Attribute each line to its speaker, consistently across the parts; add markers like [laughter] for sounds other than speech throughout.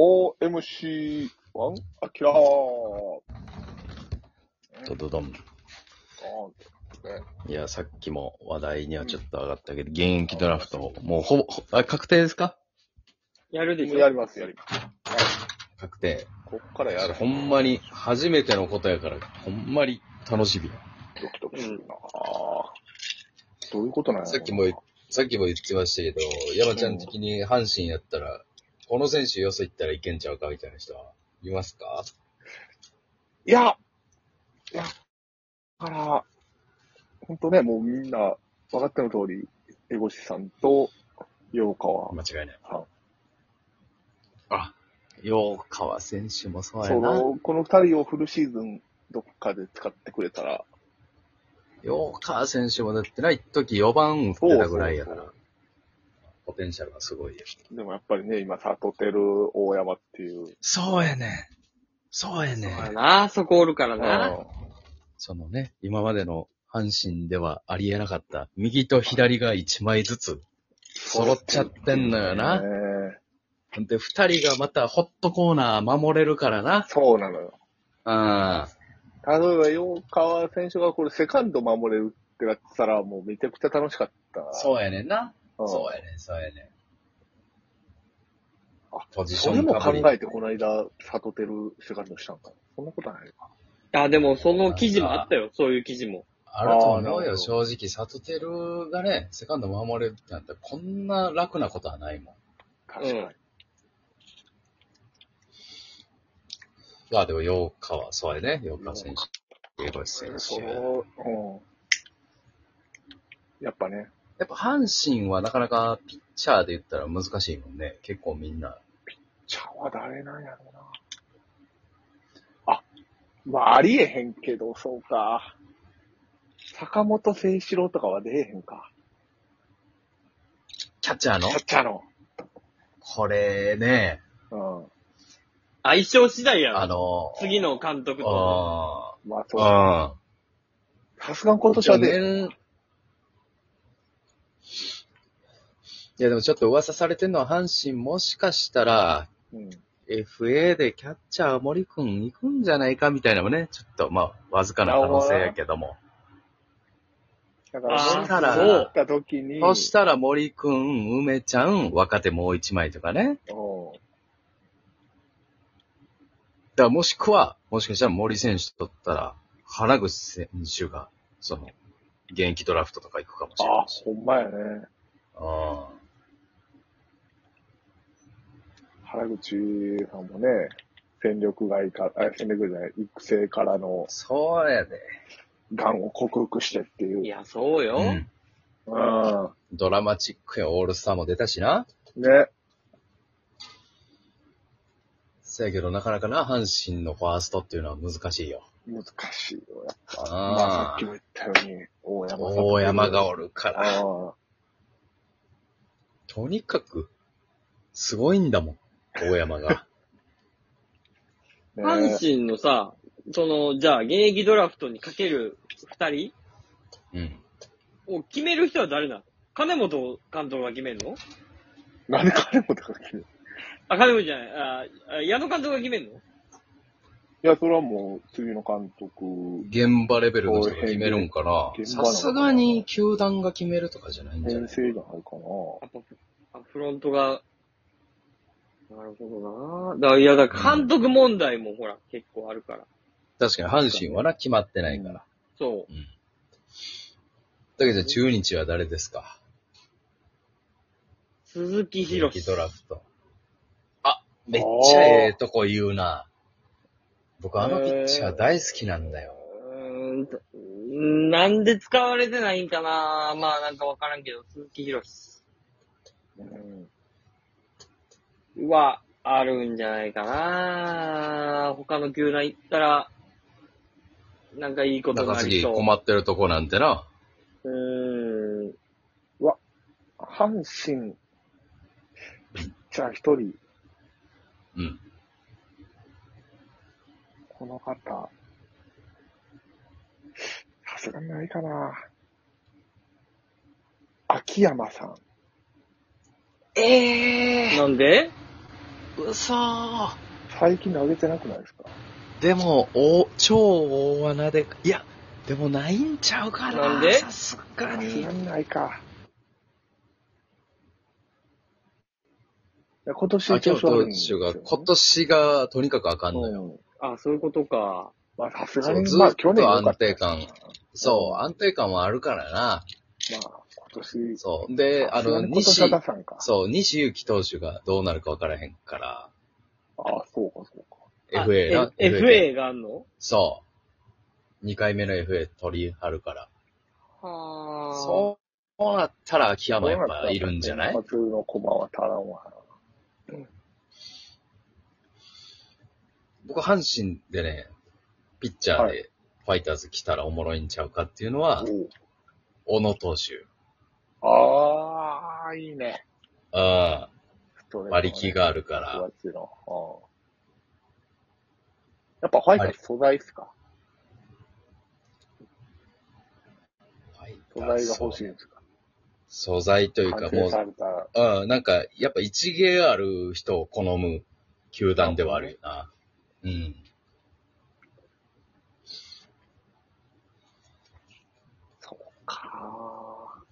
Speaker 1: OMC1 アキラー
Speaker 2: ドドド
Speaker 1: ドー
Speaker 2: ン。
Speaker 1: ンね
Speaker 2: いや、さっきも話題にはちょっと上がったけど、現役ドラフト、もうほぼ、ほあ、確定ですか
Speaker 3: やるでし
Speaker 1: もうや
Speaker 3: ょ。
Speaker 1: ります、やります。
Speaker 2: 確定。
Speaker 1: こっからやる。
Speaker 2: ほんまに、初めてのことやから、ほんまに楽しみや。
Speaker 1: ドキドキするな、どういうことなんやろ
Speaker 2: さっきも言っ、さっきも言ってましたけど、山ちゃん的に阪神やったら、この選手よそ行ったらいけんちゃうかみたいな人はいますか
Speaker 1: いや、いや、だから、ほんとね、もうみんな分かっての通り、エゴシさんと、ヨーカは、
Speaker 2: 間違いない
Speaker 1: は。
Speaker 2: あ、洋川選手もそうや
Speaker 1: そ
Speaker 2: な。
Speaker 1: の、この二人をフルシーズンどっかで使ってくれたら、
Speaker 2: 洋川選手もだってな、一時4番打ってたぐらいやか
Speaker 1: そう
Speaker 2: ら
Speaker 1: そ。
Speaker 2: ポテンシャルがすごいよ。
Speaker 1: でもやっぱりね、今、サトテル、大山っていう、
Speaker 2: そうやねん。そうやね
Speaker 3: そうや
Speaker 2: ん。
Speaker 3: なあ、そこおるから
Speaker 1: う
Speaker 3: な。
Speaker 1: ん
Speaker 2: そのね、今までの阪神ではありえなかった、右と左が1枚ずつ揃っちゃってんのよな。
Speaker 1: ねえ
Speaker 2: で、二人がまたホットコーナー守れるからな。
Speaker 1: そうなのよ。
Speaker 2: うん。
Speaker 1: 例えば、洋川選手がこれ、セカンド守れるってなってたら、もうめちゃくちゃ楽しかった。
Speaker 2: そうやねんな。
Speaker 1: うん
Speaker 2: そうやねん、そうやね
Speaker 1: あ
Speaker 2: ん。ポジシ
Speaker 1: そ
Speaker 2: ョ
Speaker 1: れ
Speaker 2: ン
Speaker 1: も
Speaker 2: か
Speaker 1: 考
Speaker 2: ぶり
Speaker 1: えて、この間、サトテル、セカンドしたんかな。そんなことはないか。
Speaker 3: あ、でもその記事もあったよ。そういう記事も。
Speaker 2: あると思
Speaker 1: あーな
Speaker 2: う
Speaker 1: るほ
Speaker 2: よ、
Speaker 1: ど
Speaker 2: 正直。サトテルがね、セカンド守れるってなったら、こんな楽なことはないもん。
Speaker 1: 確かに。
Speaker 3: うん
Speaker 2: まあでも、洋川、そうやね、洋川選手。洋川選
Speaker 1: そ
Speaker 2: 手。
Speaker 1: の、うん。やっぱね、
Speaker 2: やっぱ阪神はなかなかピッチャーで言ったら難しいもんね。結構みんな。
Speaker 1: 茶は誰なんやろうな。あ、まあ、ありえへんけど、そうか。坂本誠志郎とかは出えへんか。
Speaker 2: キャッチャーの
Speaker 1: キャッチャーの。
Speaker 2: これね、
Speaker 1: う
Speaker 3: 相性次第や
Speaker 2: あ
Speaker 3: ろ。
Speaker 2: のー、
Speaker 3: 次の監督と。
Speaker 2: あ
Speaker 1: ん。まあ、
Speaker 2: ー、
Speaker 1: そう。
Speaker 2: うん。
Speaker 1: さすがに今年は出えへん。
Speaker 2: 年いや、でもちょっと噂されてるのは、阪神もしかしたら、
Speaker 1: うん。
Speaker 2: FA でキャッチャー森くん行くんじゃないかみたいなのもね、ちょっと、まあ、わずかな可能性やけども。
Speaker 1: だから、
Speaker 3: あー
Speaker 1: 森が
Speaker 2: そう
Speaker 1: 打った時に、
Speaker 2: そしたら森くん、梅ちゃん、若手もう一枚とかね。
Speaker 1: うん
Speaker 2: だからもしくは、もしかしたら森選手取ったら、原口選手が、その、現役ドラフトとか行くかもしれな
Speaker 1: あ、
Speaker 2: いし。
Speaker 1: ほんまやね。
Speaker 2: あ
Speaker 1: 原口さんもね、戦力外か、あ戦力外じゃない、育成からの
Speaker 2: そうやで。
Speaker 1: 癌を克服してっていう。
Speaker 3: いや、そうよ。
Speaker 2: うん
Speaker 1: うん。
Speaker 2: ドラマチックやオールスターも出たしな。
Speaker 1: ね。
Speaker 2: そやけど、なかなかな、阪神のファーストっていうのは難しいよ。
Speaker 1: 難しいよ。やっぱまあ、さ
Speaker 2: あ
Speaker 1: っきも言ったように、大
Speaker 2: あ。
Speaker 1: 山さん
Speaker 2: 大山がおるか
Speaker 1: あ
Speaker 2: ら。
Speaker 1: あ。
Speaker 2: とにかく、すごいんだもん。大山が。
Speaker 3: 阪
Speaker 1: ね
Speaker 3: 神のさ、その、じゃあ、現役ドラフトにかける二人
Speaker 2: [laughs] うん。
Speaker 3: を決める人は誰なの金本監督が決めるの
Speaker 1: なんで彼もとか聞いてい
Speaker 3: あ、金本じゃない。ああ、矢野監督が決めるの
Speaker 1: や、それはもう、次の監督、
Speaker 2: 現場レベルの人が決めるんかな。
Speaker 1: 現場なのかな
Speaker 2: さすがに球団が決めるとかじゃないんじゃな
Speaker 1: 編
Speaker 2: い
Speaker 1: 成じゃないか
Speaker 3: やっぱフあフロントが、なるほどなだからいや、だから監督問題もほら、結構あるから。
Speaker 2: 確かに阪神はな、決まってないから。
Speaker 3: そ
Speaker 2: うん。だけど、じゃあ中日は誰ですか
Speaker 3: う。鈴木
Speaker 2: 現
Speaker 3: 博
Speaker 2: 役
Speaker 3: 士。
Speaker 2: ドラフト。あ、めっちゃええとこ言うな。僕あのピッチャー大好きなんだよ。
Speaker 3: うーんとうーん、なんで使われてないんかなまあなんかわからんけど、鈴木博士
Speaker 1: な。うん。
Speaker 3: はあるんじゃないかな他の球団行ったら、なんかいいこと
Speaker 2: 中
Speaker 3: があ
Speaker 2: 継
Speaker 3: り
Speaker 2: ぎ
Speaker 3: そう。
Speaker 2: 困ってるとこなんてな。
Speaker 3: うーん。
Speaker 1: 阪神、ピッチャー一人、
Speaker 2: うん。
Speaker 1: この方、さすがにないかな。秋山さん。
Speaker 2: ええ
Speaker 3: なんで
Speaker 2: うそー
Speaker 1: 最近投げてなくないですか
Speaker 2: でも、お、超大穴で、いや、でもないんちゃうかな。
Speaker 3: なんで
Speaker 2: さすが
Speaker 1: さす
Speaker 2: に
Speaker 1: が。にないか。いや今年
Speaker 2: 秋
Speaker 1: 調
Speaker 2: 元
Speaker 1: 子悪いん
Speaker 2: 投
Speaker 1: です
Speaker 2: 手
Speaker 1: よ
Speaker 2: が
Speaker 1: ね、
Speaker 2: 今年がとにかくあかんのよ。
Speaker 1: うん
Speaker 3: あ、そういうことか。
Speaker 1: まあ、さすが
Speaker 2: そ
Speaker 1: に、
Speaker 2: う
Speaker 1: まあ、
Speaker 2: ずっと
Speaker 1: 去年良かった
Speaker 2: 安定感
Speaker 1: ま
Speaker 2: そう、安定感はあるからな。
Speaker 1: あ、今年、
Speaker 2: そう。で、あ
Speaker 1: さすが
Speaker 2: の、
Speaker 1: に今
Speaker 2: 西
Speaker 1: 年、は出さんか。
Speaker 2: そう、西行投手がどうなるかわからへんから、
Speaker 1: ああ、そうか、そうか。
Speaker 3: あ
Speaker 2: FA が。
Speaker 3: え
Speaker 2: FA で
Speaker 3: FA があんの
Speaker 2: そう。2回目の FA 取り張るから。
Speaker 3: はあ。
Speaker 2: そうなったら秋山やっぱいるんじゃない
Speaker 1: 普通の駒は足らんわ。
Speaker 2: 僕、阪神でね、ピッチャー
Speaker 1: は
Speaker 2: でファイターズ来たらおもろいんちゃうかっていうのは、小野投手。
Speaker 1: ああ、いいね。
Speaker 2: ああ、
Speaker 1: ストレートのね
Speaker 2: 馬力。があるから。
Speaker 1: こっちのうんやっぱファイターズ素材っすか、
Speaker 2: ファイ
Speaker 1: 素
Speaker 2: ター
Speaker 1: 材
Speaker 2: ズ
Speaker 1: が欲しいんですか
Speaker 2: 素材という
Speaker 1: 完
Speaker 2: か、も
Speaker 1: 成
Speaker 2: う、
Speaker 1: された。
Speaker 2: うん、なんか、やっぱ一芸ある人を好む球団ではあるよな。うん。
Speaker 1: そうか。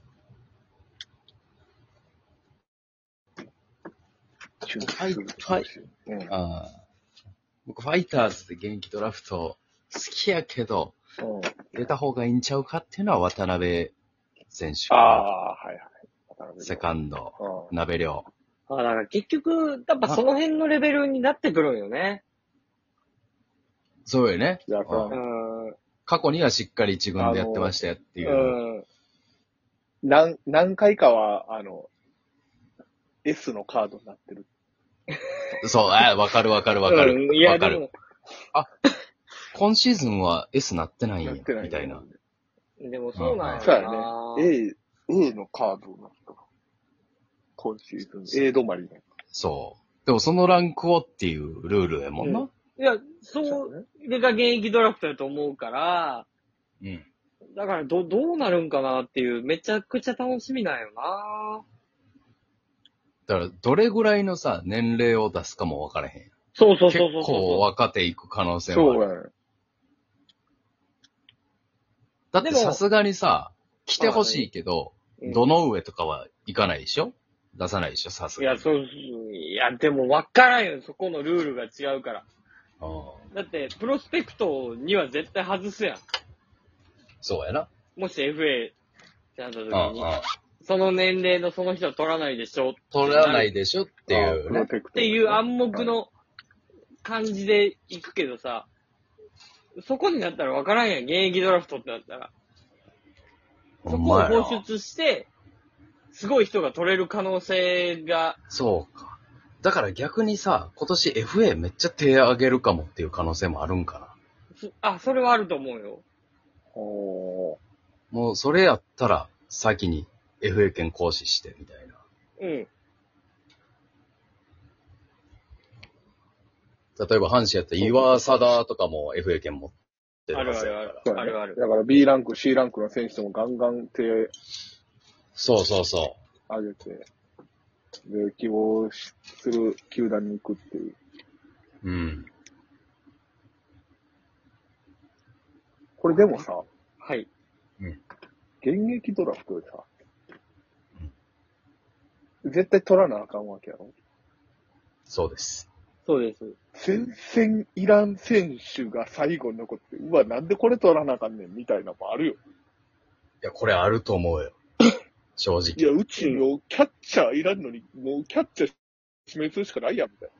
Speaker 1: フ
Speaker 2: ァイファイ
Speaker 1: うん、
Speaker 2: ああ僕、ファイターズで現役ドラフト好きやけど、
Speaker 1: うん
Speaker 2: 出た方がいいんちゃうかっていうのは渡辺選手。
Speaker 1: ああ、はいはい。渡辺
Speaker 2: セカンド、
Speaker 1: うん
Speaker 2: 鍋量。
Speaker 3: あ、だから結局、やっぱその辺のレベルになってくるんよね。
Speaker 2: そうよね。
Speaker 1: いやそうあ
Speaker 2: ん
Speaker 3: うん。
Speaker 2: 過去にはしっかり一軍でやってましたよっていう。
Speaker 3: うん。
Speaker 1: 何、何回かは、あの、S のカードになってる。
Speaker 2: そう、ああわかるわかるわかる。
Speaker 3: うんいや、
Speaker 2: わか
Speaker 3: で
Speaker 2: る。
Speaker 3: も、
Speaker 2: 今シーズンは S なってないん
Speaker 1: な
Speaker 2: や、
Speaker 1: ってない。
Speaker 2: みたいな。。
Speaker 3: でもそうなん
Speaker 1: そう
Speaker 3: や
Speaker 1: や
Speaker 3: な。
Speaker 1: ね。A、A のカードになった。今シーズン、A 止まりの。
Speaker 2: そう。でもそのランクをっていうルールやもんな。
Speaker 3: いや、そう、
Speaker 1: うね。
Speaker 3: それが現役ドラフトやと思うから、
Speaker 2: うん。
Speaker 3: だからど、どうなるんかなっていう、めちゃくちゃ楽しみなんよな。
Speaker 2: だから、どれぐらいのさ、年齢を出すかも分からへんやん。
Speaker 3: そうそう
Speaker 2: 結
Speaker 3: そうそう
Speaker 2: 構
Speaker 3: そ
Speaker 2: 若手いく可能性もあ
Speaker 1: そう
Speaker 2: る。
Speaker 1: やね。
Speaker 2: だって
Speaker 3: でも
Speaker 2: さすがにさ、来てほしいけど、
Speaker 3: う。
Speaker 2: どの上とかはいかないでしょ出さないでしょさす
Speaker 3: い
Speaker 2: が
Speaker 3: や、
Speaker 2: に。
Speaker 3: そう、いや、でも分からんよ。そこのルールが違うから。
Speaker 2: うん
Speaker 3: だって、プロスペクトには絶対外すや
Speaker 2: そうやな。
Speaker 3: ん。もし FA ってなった
Speaker 2: う
Speaker 3: 時
Speaker 2: んうん
Speaker 3: に、その年齢のその人は取らないでしょっ
Speaker 2: 取らないでしょってい
Speaker 1: あ
Speaker 2: う
Speaker 1: プロ
Speaker 2: ね。
Speaker 1: テクト
Speaker 3: ていう暗黙の感じで行くけどさ、そこになったら分からんやん。現役ドラフトってなったら。そ
Speaker 2: ほ
Speaker 3: こ
Speaker 2: ん
Speaker 3: を
Speaker 2: まやな
Speaker 3: 放出して、すごい人が取れる可能性が、
Speaker 2: そうか。だから逆にさ、今年 FA めっちゃ手上げるかもっていう可能性もあるんかな。
Speaker 3: すあ、それはあると思うよ。
Speaker 1: おー
Speaker 2: もうそれやったら、先に FA 権行使してみたいな。
Speaker 3: うん。
Speaker 2: 例えば阪神やったら岩貞とかも FA 権持ってるはずやから
Speaker 3: あるあるある
Speaker 1: そうやね
Speaker 3: あるある
Speaker 1: だから B ランク、C ランクの選手ともガンガン手
Speaker 2: そうそうそ
Speaker 1: 上げて、で、希望しする球団に行くっていう。
Speaker 2: う。うん。
Speaker 1: これでもさ、
Speaker 3: はい。
Speaker 1: 現役ドラフトでさ
Speaker 2: うん、
Speaker 1: 絶対取らなあかんわけやろ。
Speaker 2: そうです。
Speaker 3: そうです。
Speaker 1: 全然いらん選手が最後に残って、うわ、なんでこれ取らなあかんねんみたいなのもあるよ。
Speaker 2: いや、これあると思
Speaker 3: [coughs]
Speaker 2: うよ。正
Speaker 1: いや、
Speaker 2: 直。
Speaker 1: うちもうキャッチャーいらんのに、もうキャッチャー指名するしかないやんみたい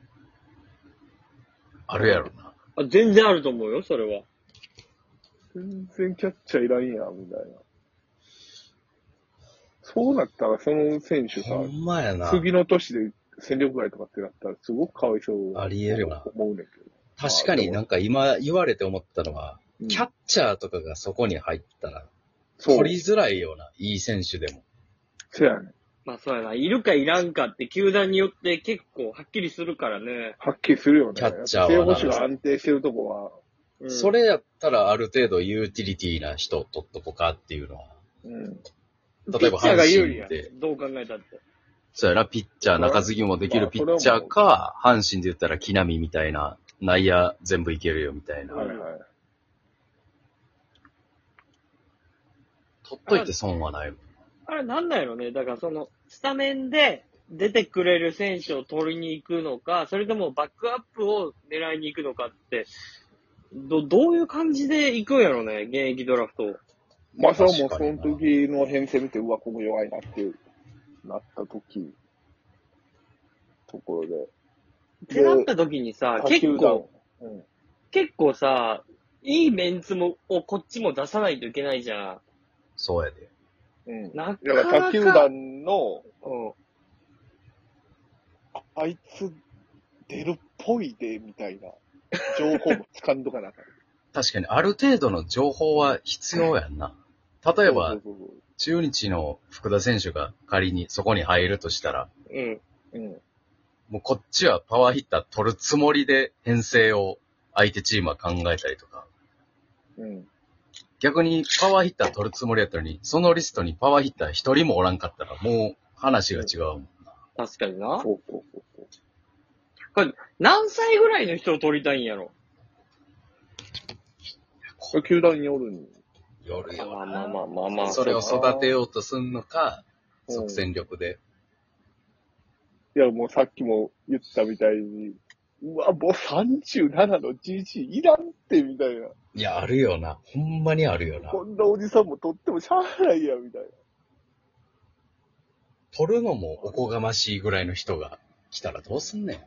Speaker 2: あるやろな。
Speaker 3: あ全然あると思うよ、それは。
Speaker 1: な。全然キャッチャーいらんやんみたいな。そうなったら、その選手さ、
Speaker 2: ほんまやな。
Speaker 1: 次の年で戦力外とかってなったら、すごくかわいそう。
Speaker 2: ありえるな
Speaker 1: 思うねんけど。
Speaker 2: 確かになんか今言われて思ったのは、
Speaker 1: うん
Speaker 2: キャッチャーとかがそこに入ったら、
Speaker 1: そう
Speaker 2: 取りづらいような、いい選手でも。
Speaker 1: せやねん。
Speaker 3: まあそうやな。いるかいらんかって球団によって結構はっきりするからね。
Speaker 1: はっきりするよね。
Speaker 2: キャッチャーはな
Speaker 1: 正捕手が安定してるとこは、
Speaker 3: うん
Speaker 2: そ、れやったらある程度ユーティリティな人取っとこかっていうのは。
Speaker 1: うん。
Speaker 2: 例えば
Speaker 3: ピッチャーが有利
Speaker 2: 阪
Speaker 3: や
Speaker 2: 神って
Speaker 3: ん。どう考えたって。
Speaker 2: そうやな、ピッチャー、中継ぎもできるピッチャーか、阪神で言ったら木浪みたいな、内野全部いけるよみたいな。
Speaker 1: はいはい。
Speaker 2: 取っといて損はないもん。
Speaker 3: あれなんなんやろね。だからその、スタメンで出てくれる選手を取りに行くのか、それともバックアップを狙いに行くのかって、ど、どういう感じで行くんやろね、現役ドラフト。
Speaker 1: まあ、それはもうその時の編成見て、うわ、ここ弱いなってなった時、ところで。
Speaker 3: ってなった時にさ、
Speaker 1: 他
Speaker 3: 結
Speaker 1: 球団
Speaker 3: 構、、結構さ、いいメンツも、をこっちも出さないといけないじゃん。
Speaker 2: そうやで。
Speaker 1: うん。うん。だ
Speaker 3: なか
Speaker 1: から
Speaker 3: なか。
Speaker 1: ら他球団の、
Speaker 3: うん。
Speaker 1: あいつ出るっぽいで、みたいな情報も掴んどかなあかん。
Speaker 2: 確かに、ある程度の情報は必要やんな。例えば
Speaker 1: そう、そうそう
Speaker 2: 中日の福田選手が仮にそこに入るとしたら、
Speaker 3: うん。
Speaker 1: そう、うん。
Speaker 2: もうこっちはパワーヒッター取るつもりで編成を相手チームは考えたりとか、
Speaker 1: うん。
Speaker 2: 逆にパワーヒッター取るつもりやったのに、そのリストにパワーヒッター一人もおらんかったら、もう話が違うもん。
Speaker 3: 確かにな。
Speaker 1: そうそうそうそう。
Speaker 3: 何歳ぐらいの人を取りたいんやろ。
Speaker 1: これ球団によるん。
Speaker 2: よるよ
Speaker 3: まあ
Speaker 2: な
Speaker 3: まあまあまあまあ。
Speaker 2: それを育てようとすんのか、即戦力で。
Speaker 1: いや、もうさっきも言ったみたいに、うわ、もう37のじじいいらんって、みたいな。
Speaker 2: いや、あるよな。ほんまにあるよな。
Speaker 1: こんなおじさんも取ってもしゃあないや、みたいな。
Speaker 2: 取るのもおこがましいぐらいの人が来たらどうすんねん。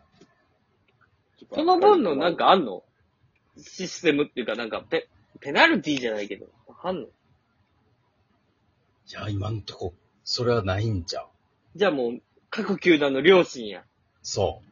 Speaker 3: その分のなんかあんのシステムっていうかなんかペ、ペナルティーじゃないけど。あんの
Speaker 2: いや、今んとこ、それはないんじゃん。
Speaker 3: じゃあもう、各球団の両親や。
Speaker 2: そう。